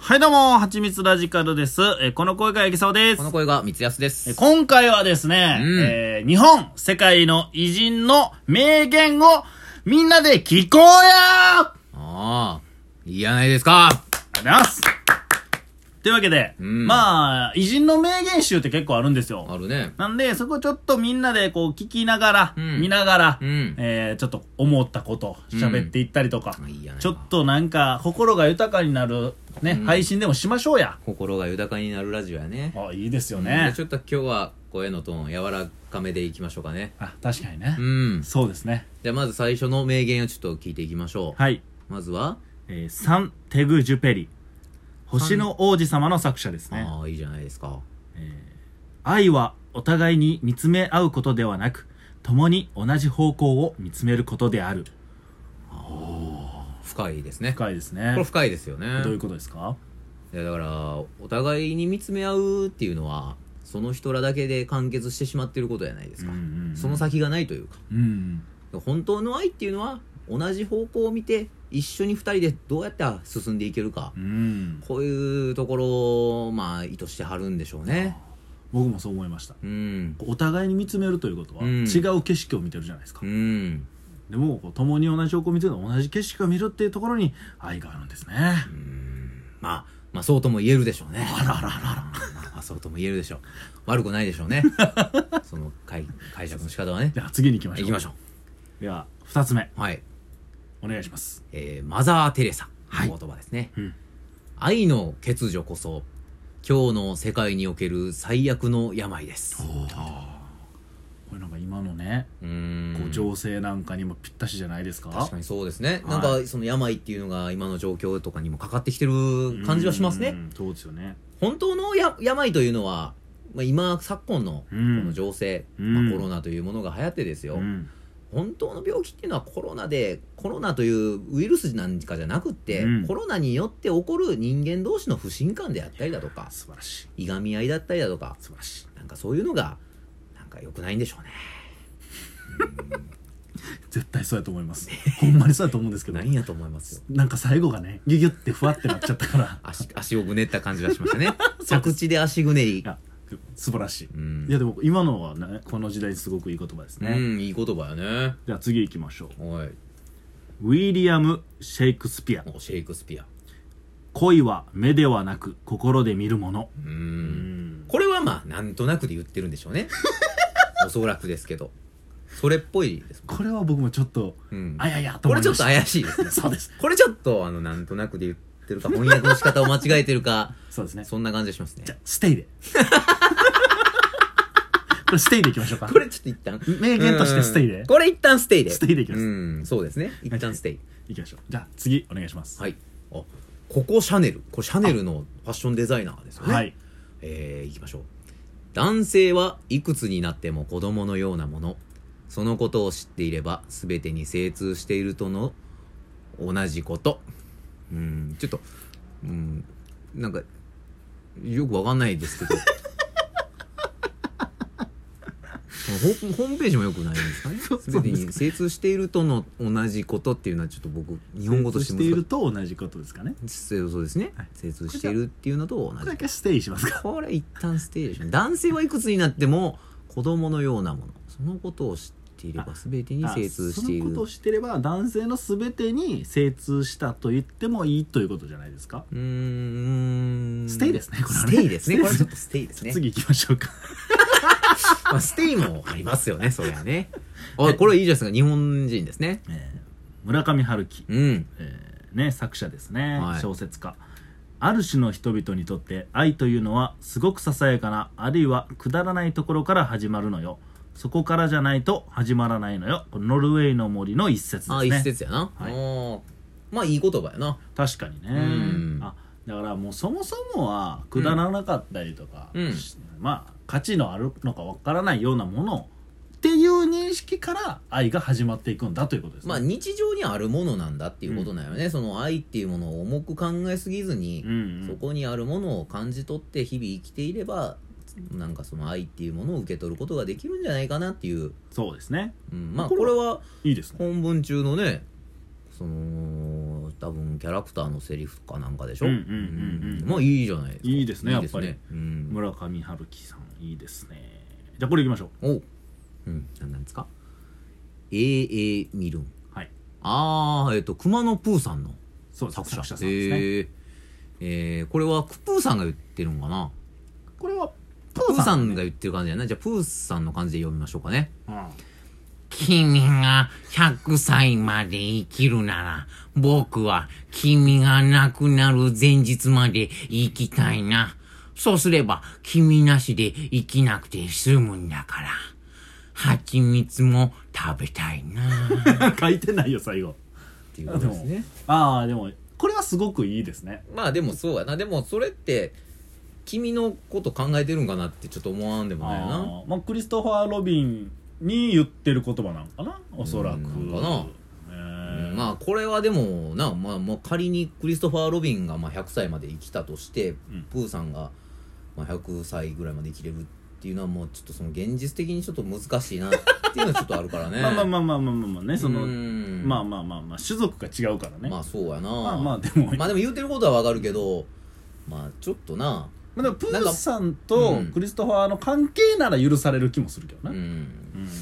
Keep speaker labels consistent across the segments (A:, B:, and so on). A: はいどうも、はちみつラジカルです。えーこの声がえきそうです
B: この。声が三安で
A: えー
B: す。
A: 今回はですね、
B: うん
A: えー日本、世界の偉人の名言をみんなで聞こうやあ
B: ああ、いいじゃないですか。
A: りがとうございますというわけで、
B: うん
A: まあ、偉人の名言集って結構あるんですよ。
B: あるね。
A: なんで、そこちょっとみんなでこう聞きながら、
B: うん
A: 見ながら、
B: うん
A: えーちょっと思ったこと喋っていったりとか、
B: うんいいやないか
A: ちょっとなんか心が豊かになるね、
B: うん
A: 配信でもしましょうや。
B: 心が豊かになるラジオやね。
A: あ、いいですよ
B: で
A: ね
B: ち。ょっと今日は声のトーン柔らかめでいきましょうかね。
A: あ、確かにね
B: う。ん。
A: そうですね。
B: じゃあまず最初の名言をちょっと聞いていきましょう。
A: はい。
B: まずは、
A: えーサン・テグ・ジュペリ。星の王子様の作者ですね。
B: ああ、いいじゃないですか。
A: 愛はお互いに見つめ合うことではなく、共に同じ方向を見つめることである。
B: 深いですね。こ
A: 深いですね
B: れ。深いですよね。
A: どういうことですか
B: いやだから、お互いに見つめ合うっていうのは、その人らだけで完結してしまってることじゃないですか。
A: うんうんうん
B: その先がないというか。
A: うん。
B: 本当の愛っていうのは同じ方向を見て一緒に二人でどうやって進んでいけるか、
A: うん。
B: こういうところをまあ意図してはるんでしょうね
A: 僕もそう思いました。
B: うん
A: お互いに見つめるということは、
B: うん
A: 違う景色を見てるじゃないですか
B: う。ん
A: でも、こう共に同じ方向を見てるのは同じ景色を見るっていうところに愛があるんですね。
B: まあまあそうとも言えるでしょうね
A: あらあらあらあら。
B: まあそうとも言えるでしょう悪くないでし ょうねその解解釈の仕方はね
A: では次に行きましょ。
B: いうきましょ
A: う。では、二つ目、
B: うはい、
A: お願いします。
B: えーマザー・テレサの言葉ですね、
A: うん
B: 愛の欠如こそ今日の世界における最悪の病です
A: これなんか今のね、
B: うん
A: こう情勢なんかにもぴったしじゃないですか
B: 確かにそうですね、
A: はい
B: なんかその病っていうのが今の状況とかにもかかってきてる感じはします
A: う
B: ね
A: んそうですよね
B: 本当のや病というのは、まあ、今昨今の
A: う
B: こ
A: ん
B: の情勢、
A: うん
B: まあ、コロナというものが流行ってですよ、
A: うん
B: 本当の病気っていうのはコロナでコロナというウイルスなんかじゃなくって、
A: うん
B: コロナによって起こる人間同士の不信感であったりだとか
A: 素晴らしい
B: いがみ合いだったりだとか
A: 素晴らしい
B: なんかそういうのがなんか良くないんでしょうね
A: 絶対そうやと思います ほんまにそうやと思うんですけど
B: 何やと思いますよ
A: なんか最後がねギュギュってふわってなっちゃったから
B: 足足をぐねった感じがしま したね着地で足ぐねり
A: いや素晴らしい、
B: うん
A: いやでも今のはねこの時代すごくいい言葉ですね、
B: うん、いい言葉やね。
A: じゃあ次行きましょう
B: はい。
A: ウィリアム・シェイクスピア
B: おシェイクスピア。
A: 恋は目ではなく心で見るもの
B: う。
A: うんん
B: これはまあ、なんとなくで言ってるんでしょう ね。おそらくですけど。それっぽいですもん。
A: これは僕もちょっと、
B: うん
A: あややと
B: こ
A: 思いま
B: れちょっ
A: し
B: と
A: た。
B: 怪しいですね
A: そうです
B: これちょっと、あの、なんとなくで言ってるか、翻訳の仕方を間違えてるか、
A: そうですね
B: そんな感じがしますね
A: じゃ。あステイで これステイでいきましょうか
B: これちょっと一旦。
A: 名言としてステイで
B: うんこれ一旦ステイで。
A: ステイでいきます
B: うん、そうですね。一旦ステイ。
A: いきましょうじゃあ次お願いします
B: はい。あ、ここシャネル。これシャネルのファッションデザイナーですよね。
A: はい。
B: えー、いきましょう。男性はいくつになっても子供のようなもの。そのことを知っていれば全てに精通しているとの同じこと。うん、ちょっと、うん、なんか、よくわかんないですけど。 ホホームページもよくないんですかね。全てに精通しているとの同じことっていうのはちょっと僕、日本語として
A: 精通してい
B: 難
A: ると同じことですかね
B: しい。そうですね
A: はい。
B: 精通しているっていうのと同
A: こ
B: じ
A: れだけステイしますか
B: これ一旦ステイでしょ男性はいくつになっても子供のようなものそのことを知っていれば全てに精通してい
A: あそのこ
B: る
A: とを知ってれば男性の全てに精通したと言ってもいいということじゃないですか、
B: うーん
A: ステイですねこれはね
B: ステイです
A: ステ
B: ね
A: イ
B: これち ょっとステイですね、
A: 次行きましょうか
B: まあ、ステイもありますよねそり ゃねあこれいいじゃないですか日本人ですね
A: 村上春樹、
B: うん
A: えーね作者ですね、
B: はい
A: 小説家ある種の人々にとって愛というのはすごくささやかなあるいはくだらないところから始まるのよそこからじゃないと始まらないのよこれノルウェーの森の一節
B: あ
A: で
B: 一
A: すね
B: 説やな、
A: はい
B: あーまあいい言葉やな
A: 確かにね
B: ん
A: あだからもうそもそもはくだらなかったりとか、
B: うん
A: しまあ価値のあるのかわからないようなものっていう認識から愛が始まっていくんだということですね、
B: まあ日常にあるものなんだっていうことだよね、その愛っていうものを重く考えすぎずに、
A: うんうん
B: そこにあるものを感じ取って日々生きていればなんかその愛っていうものを受け取ることができるんじゃないかなっていう、
A: そうですね
B: うんまあ
A: こ
B: こ
A: れ
B: れはい
A: いですね
B: 本文中のねそのの多分キャラクターのセリフかなんかでしょ
A: うんうんうんうん
B: まあいいじゃないですか
A: いいですねやっぱ
B: うん
A: 村上春樹さんいいですねじゃあこれいきましょう
B: おううん何なんですかえー、えー、見るん
A: はい
B: ああえっ、と熊野プーさんの
A: そう
B: 作
A: 作者
B: 者
A: さんですね、
B: えーえーこれはクプーさんが言ってるんかな
A: これは
B: プーさんが言ってる感じじゃないじゃあプーさんの感じで読みましょうかね
A: うん
B: 君が100歳まで生きるなら、僕は君が亡くなる前日まで生きたいな。そうすれば君なしで生きなくて済むんだから。蜂蜜も食べたいな。っ
A: 書いてないよ最後
B: ていう
A: ことですね。ああでもこれはすごくいいですね
B: まあでもそうやな。でもそれって、君のこと考えてるんかなってちょっと思わんでもないよな。
A: あーまあ、クリストファー・ロビンに言ってる言葉なんかなおそらく
B: うんなんかな
A: え
B: うん
A: ー
B: まあこれはでもな、まあ、まあ仮にクリストファー・ロビンがまあ100歳まで生きたとして、
A: うん
B: プーさんがまあ100歳ぐらいまで生きれるっていうのはもうちょっとその現実的にちょっと難しいなっていうのはちょっとあるから ね
A: まあまあまあまあまあまあまあねその
B: うん
A: まあまあまあまあ種族が違うからね、
B: まあそうやな
A: まあ、まあ
B: ま
A: でも、
B: あ、
A: まあ、
B: でも言うてることはわかるけどまあちょっとな
A: でもプ
B: なん
A: ー
B: か
A: さんと
B: うん
A: クリストファーの関係なら許される気もするけど
B: う
A: な、
B: ん
A: うん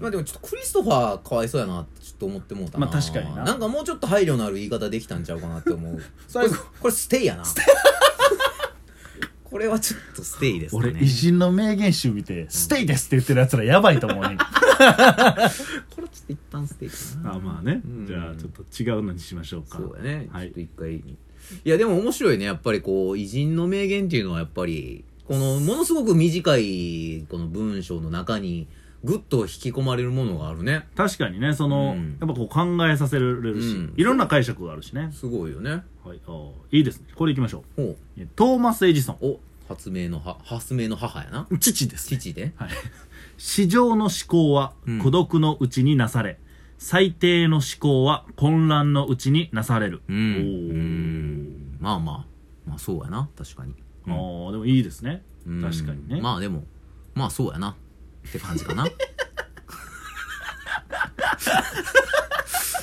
B: まあでもちょっとクリストファーかわいそうやなってちょっと思ってもうたな、
A: まあ確かになん
B: かもうちょっと配慮のある言い方できたんちゃうかなって 思う
A: 最後
B: これこれステイやな これはちょっとステイですかね
A: 俺偉人の名言集見て「ステイです」って言ってるやつらやばいと思う ね
B: これちょっと一旦ステイかな
A: あまあね、
B: うん
A: じゃあちょっと違うのにしましょうか
B: そうやね、
A: はい
B: ちょっと一回いやでも面白いねやっぱりこう偉人の名言っていうのはやっぱりこのものすごく短いこの文章の中にぐっと引き込まれるものがあるね
A: 確かにねその、
B: うん
A: やっぱこう考えさせられるし、
B: うん
A: いろんな解釈があるしね、
B: すごいよね
A: はい、あーいいですねこれいきましょう
B: ほ
A: えトーマス・エジソン
B: うお発明のは発明の母やな
A: 父です、
B: 父で
A: はい、市場の思考は
B: うん
A: 孤独のうちになされ、最低の思考は混乱のうちになされる、
B: うん
A: おー
B: うんまあまあまあそうやな確かに
A: あーでもいいですね
B: うん
A: 確かにね
B: まあでもまあそうやなって感じ かな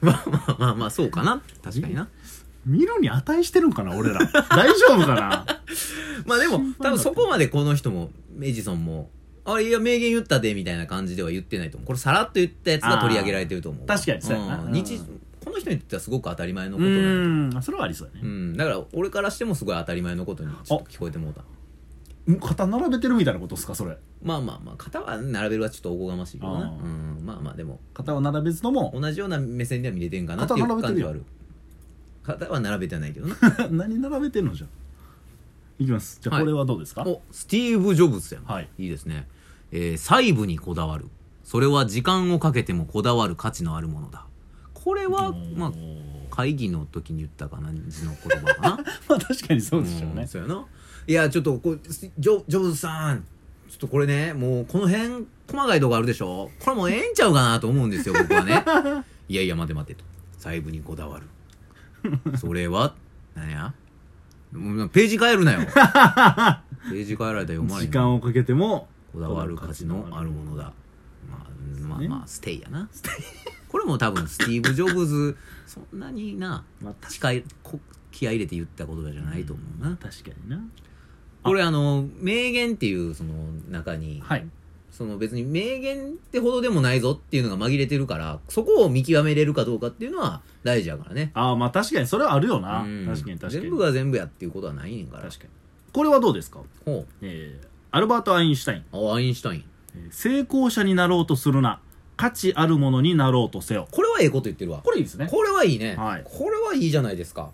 B: まあまあまあまあそうかな確かにな
A: 見るに値してるんかな俺ら 大丈夫かな
B: まあでも
A: 心配
B: 多
A: にな
B: 分
A: った
B: そこまでこの人もエジソンもあいや名言言ったでみたいな感じでは言ってないと思うこれさらっと言ったやつが取り上げられてると思う
A: あー確かにそうやなん
B: 日この人にとってはすごく当たり前の
A: う
B: ことなんだ
A: ーんそれはありそうや
B: う
A: ね、
B: んだから俺からしてもすごい当たり前のことにちょっと聞こえてもうた
A: 肩並べてるみたいなことですかそれ
B: まあまあまあ型は並べるはちょっとおこがましいけどな
A: あー
B: うんまあまあでも
A: 肩を並べずとも
B: 同じような目線では見れてんかなっていう感じはある肩は並べてはないけどな
A: 何並べてんのじゃあいきますじゃあ
B: はい
A: これはどうですか、
B: おスティーブ・ジョブズやな
A: はい
B: いいですね、えー細部にこだわるそれは時間をかけてもこだわる価値のあるものだこれは
A: おー
B: まあ会議の時に言ったかな字の言葉かな
A: まあ確かにそうでしょうね
B: んそうやないやちょっとこうスジョジョブズさんちょっとこれねもうこの辺細かいとこあるでしょこれもうええんちゃうかなと思うんですよ僕 はねいやいや待て待てと細部にこだわるそれは何やもうページ変え るなよページ変えられたら読まれへ
A: 時
B: ん
A: 間をかけても
B: こだわる価値のあるものだまあまあ
A: ね
B: まあステイやなこれも多分スティーブ・ジョブズそんなにな
A: まあ
B: 近いこ気合い入れて言った言葉じゃないと思うな
A: 確かにな
B: これあの名言っていうその中に
A: はい
B: その別に名言ってほどでもないぞっていうのが紛れてるからそこを見極めれるかどうかっていうのは大事やからね
A: ああまあ確かにそれはあるよな
B: うん
A: 確かに確かに
B: 全部が全部やっていうことはないねんから
A: 確かにこれはどうですか
B: ほ
A: えーアルバート・アインシュタイン
B: うあアインシュタイン
A: えー成功者になろうとするな価値あるものになろうとせよ
B: これはええこと言ってるわ
A: これいいですね
B: これはいいね、
A: はい
B: これはいいじゃないですか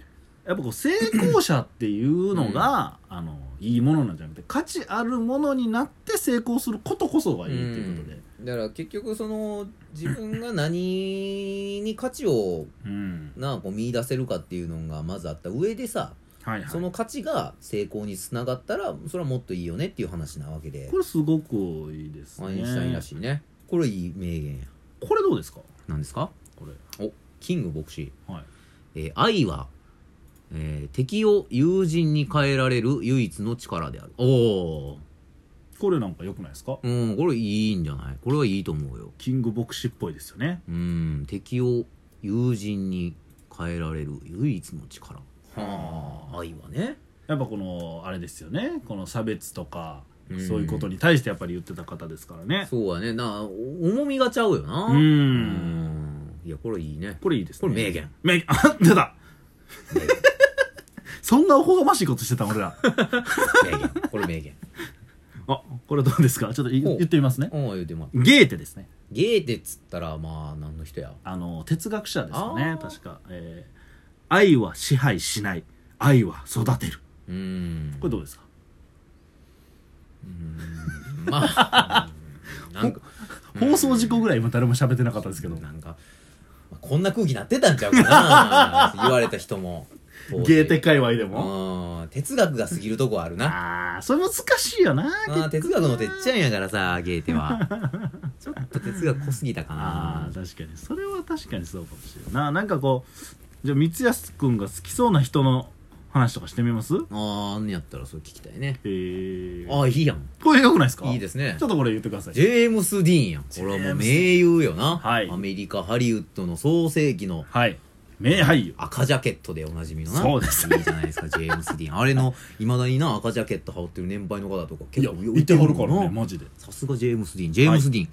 A: やっぱこう成功者っていうのが、あのいいものなんじゃなくて価値あるものになって成功することこそがいいっていうことで
B: うんだから結局その自分が何に価値を
A: うん
B: なこう見出せるかっていうのがまずあった上でさ
A: はいはい
B: その価値が成功につながったらそれはもっといいよねっていう話なわけで
A: これすごくいいですね
B: アインシュタインらしいねこれいい名言や
A: これどうですか
B: なんですか
A: これ
B: おキング牧師、
A: はい
B: えー愛は、えー敵を友人に変えられる唯一の力であるおお
A: これなんか良くないですか
B: うんこれいいんじゃないこれはいいと思うよ
A: キング牧師っぽいですよね
B: うん敵を友人に変えられる唯一の力はあ愛はね
A: やっぱこのあれですよねこの差別とか、
B: うん
A: そういうことに対してやっぱり言ってた方ですからね
B: そうはねなお重みがちゃうよな
A: うん
B: うんいやこれいいね
A: これいいです
B: こ
A: ね
B: れ名言
A: 名言あ出た
B: 名言
A: そんなおこがましいことしてた俺ら
B: 名言これ名言
A: あこれどうですかちょっとい
B: お
A: 言ってみますね
B: うん言うてもらう
A: ゲーテですね
B: ゲーテっつったらまあ何の人や
A: あの哲学者ですよ
B: あ
A: ね
B: ー
A: 確か、えー愛は支配しない愛は育てる
B: うん
A: これどうですか
B: まあうんなんか
A: 放送事故ぐらい今誰も喋ってなかったですけど、
B: なんかまあこんな空気なってたんちゃうかな言われた人も
A: ゲーテ界隈でも、
B: うん哲学が過ぎるとこあるな
A: ああそれ難しいよな
B: あー哲学のてっちゃんやからさゲー テはちょっと哲学濃すぎたか
A: あ
B: な
A: ー確かにそれは確かにそうかもしれないななんかこうじゃあ光安くんが好きそうな人の話とかしてみます
B: あーあんやったらそれ聞きたいね
A: えー、
B: ああいいやん
A: これよくないですか
B: いいですね
A: ちょっとこれ言ってください
B: ジェームス・ディーンやんこれはもう名優よな、
A: はい
B: アメリカハリウッドの創世紀の
A: はい名俳優
B: 赤ジャケットでおなじみのな
A: そうです
B: いいじゃないですかジェームス・ディーンあれのいまだにな赤ジャケット羽織ってる年配の方とか
A: い
B: 結
A: や
B: 構
A: 言ってはるから
B: もん
A: ね
B: な
A: マジで
B: さすがジェームス・ディーンジェームス・ディーン、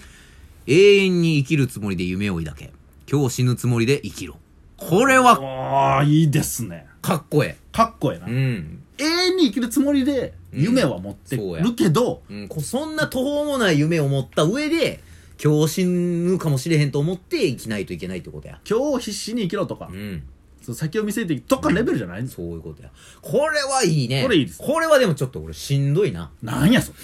B: 永遠に生きるつもりで夢を抱け今日死ぬつもりで生きろこれは
A: ああいいですね
B: かっこえ
A: かっこええな、
B: えうん、
A: 永遠に生きるつもりで夢は持って
B: うんそうや
A: るけど、
B: うん、こそんな途方もない夢を持った上で今日死ぬかもしれへんと思って生きないといけないってことや
A: 今日必死に生きろとか
B: う、ん
A: その先を見せてとかレベルじゃないんです
B: そういうことやこれはいいね
A: これいいです
B: これはでもちょっと俺しんどいな
A: なんやそれ。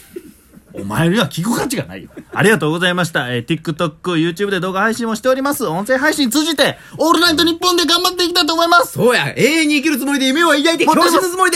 A: お前には聞く価値がないよ。ありがとうございました。えー TikTok、YouTube で動画配信もしております。音声配信通じて、オールナイトニッポンで頑張っていきたいと思います
B: そうや永遠に生きるつもりで夢を抱いて今日死ぬつもりで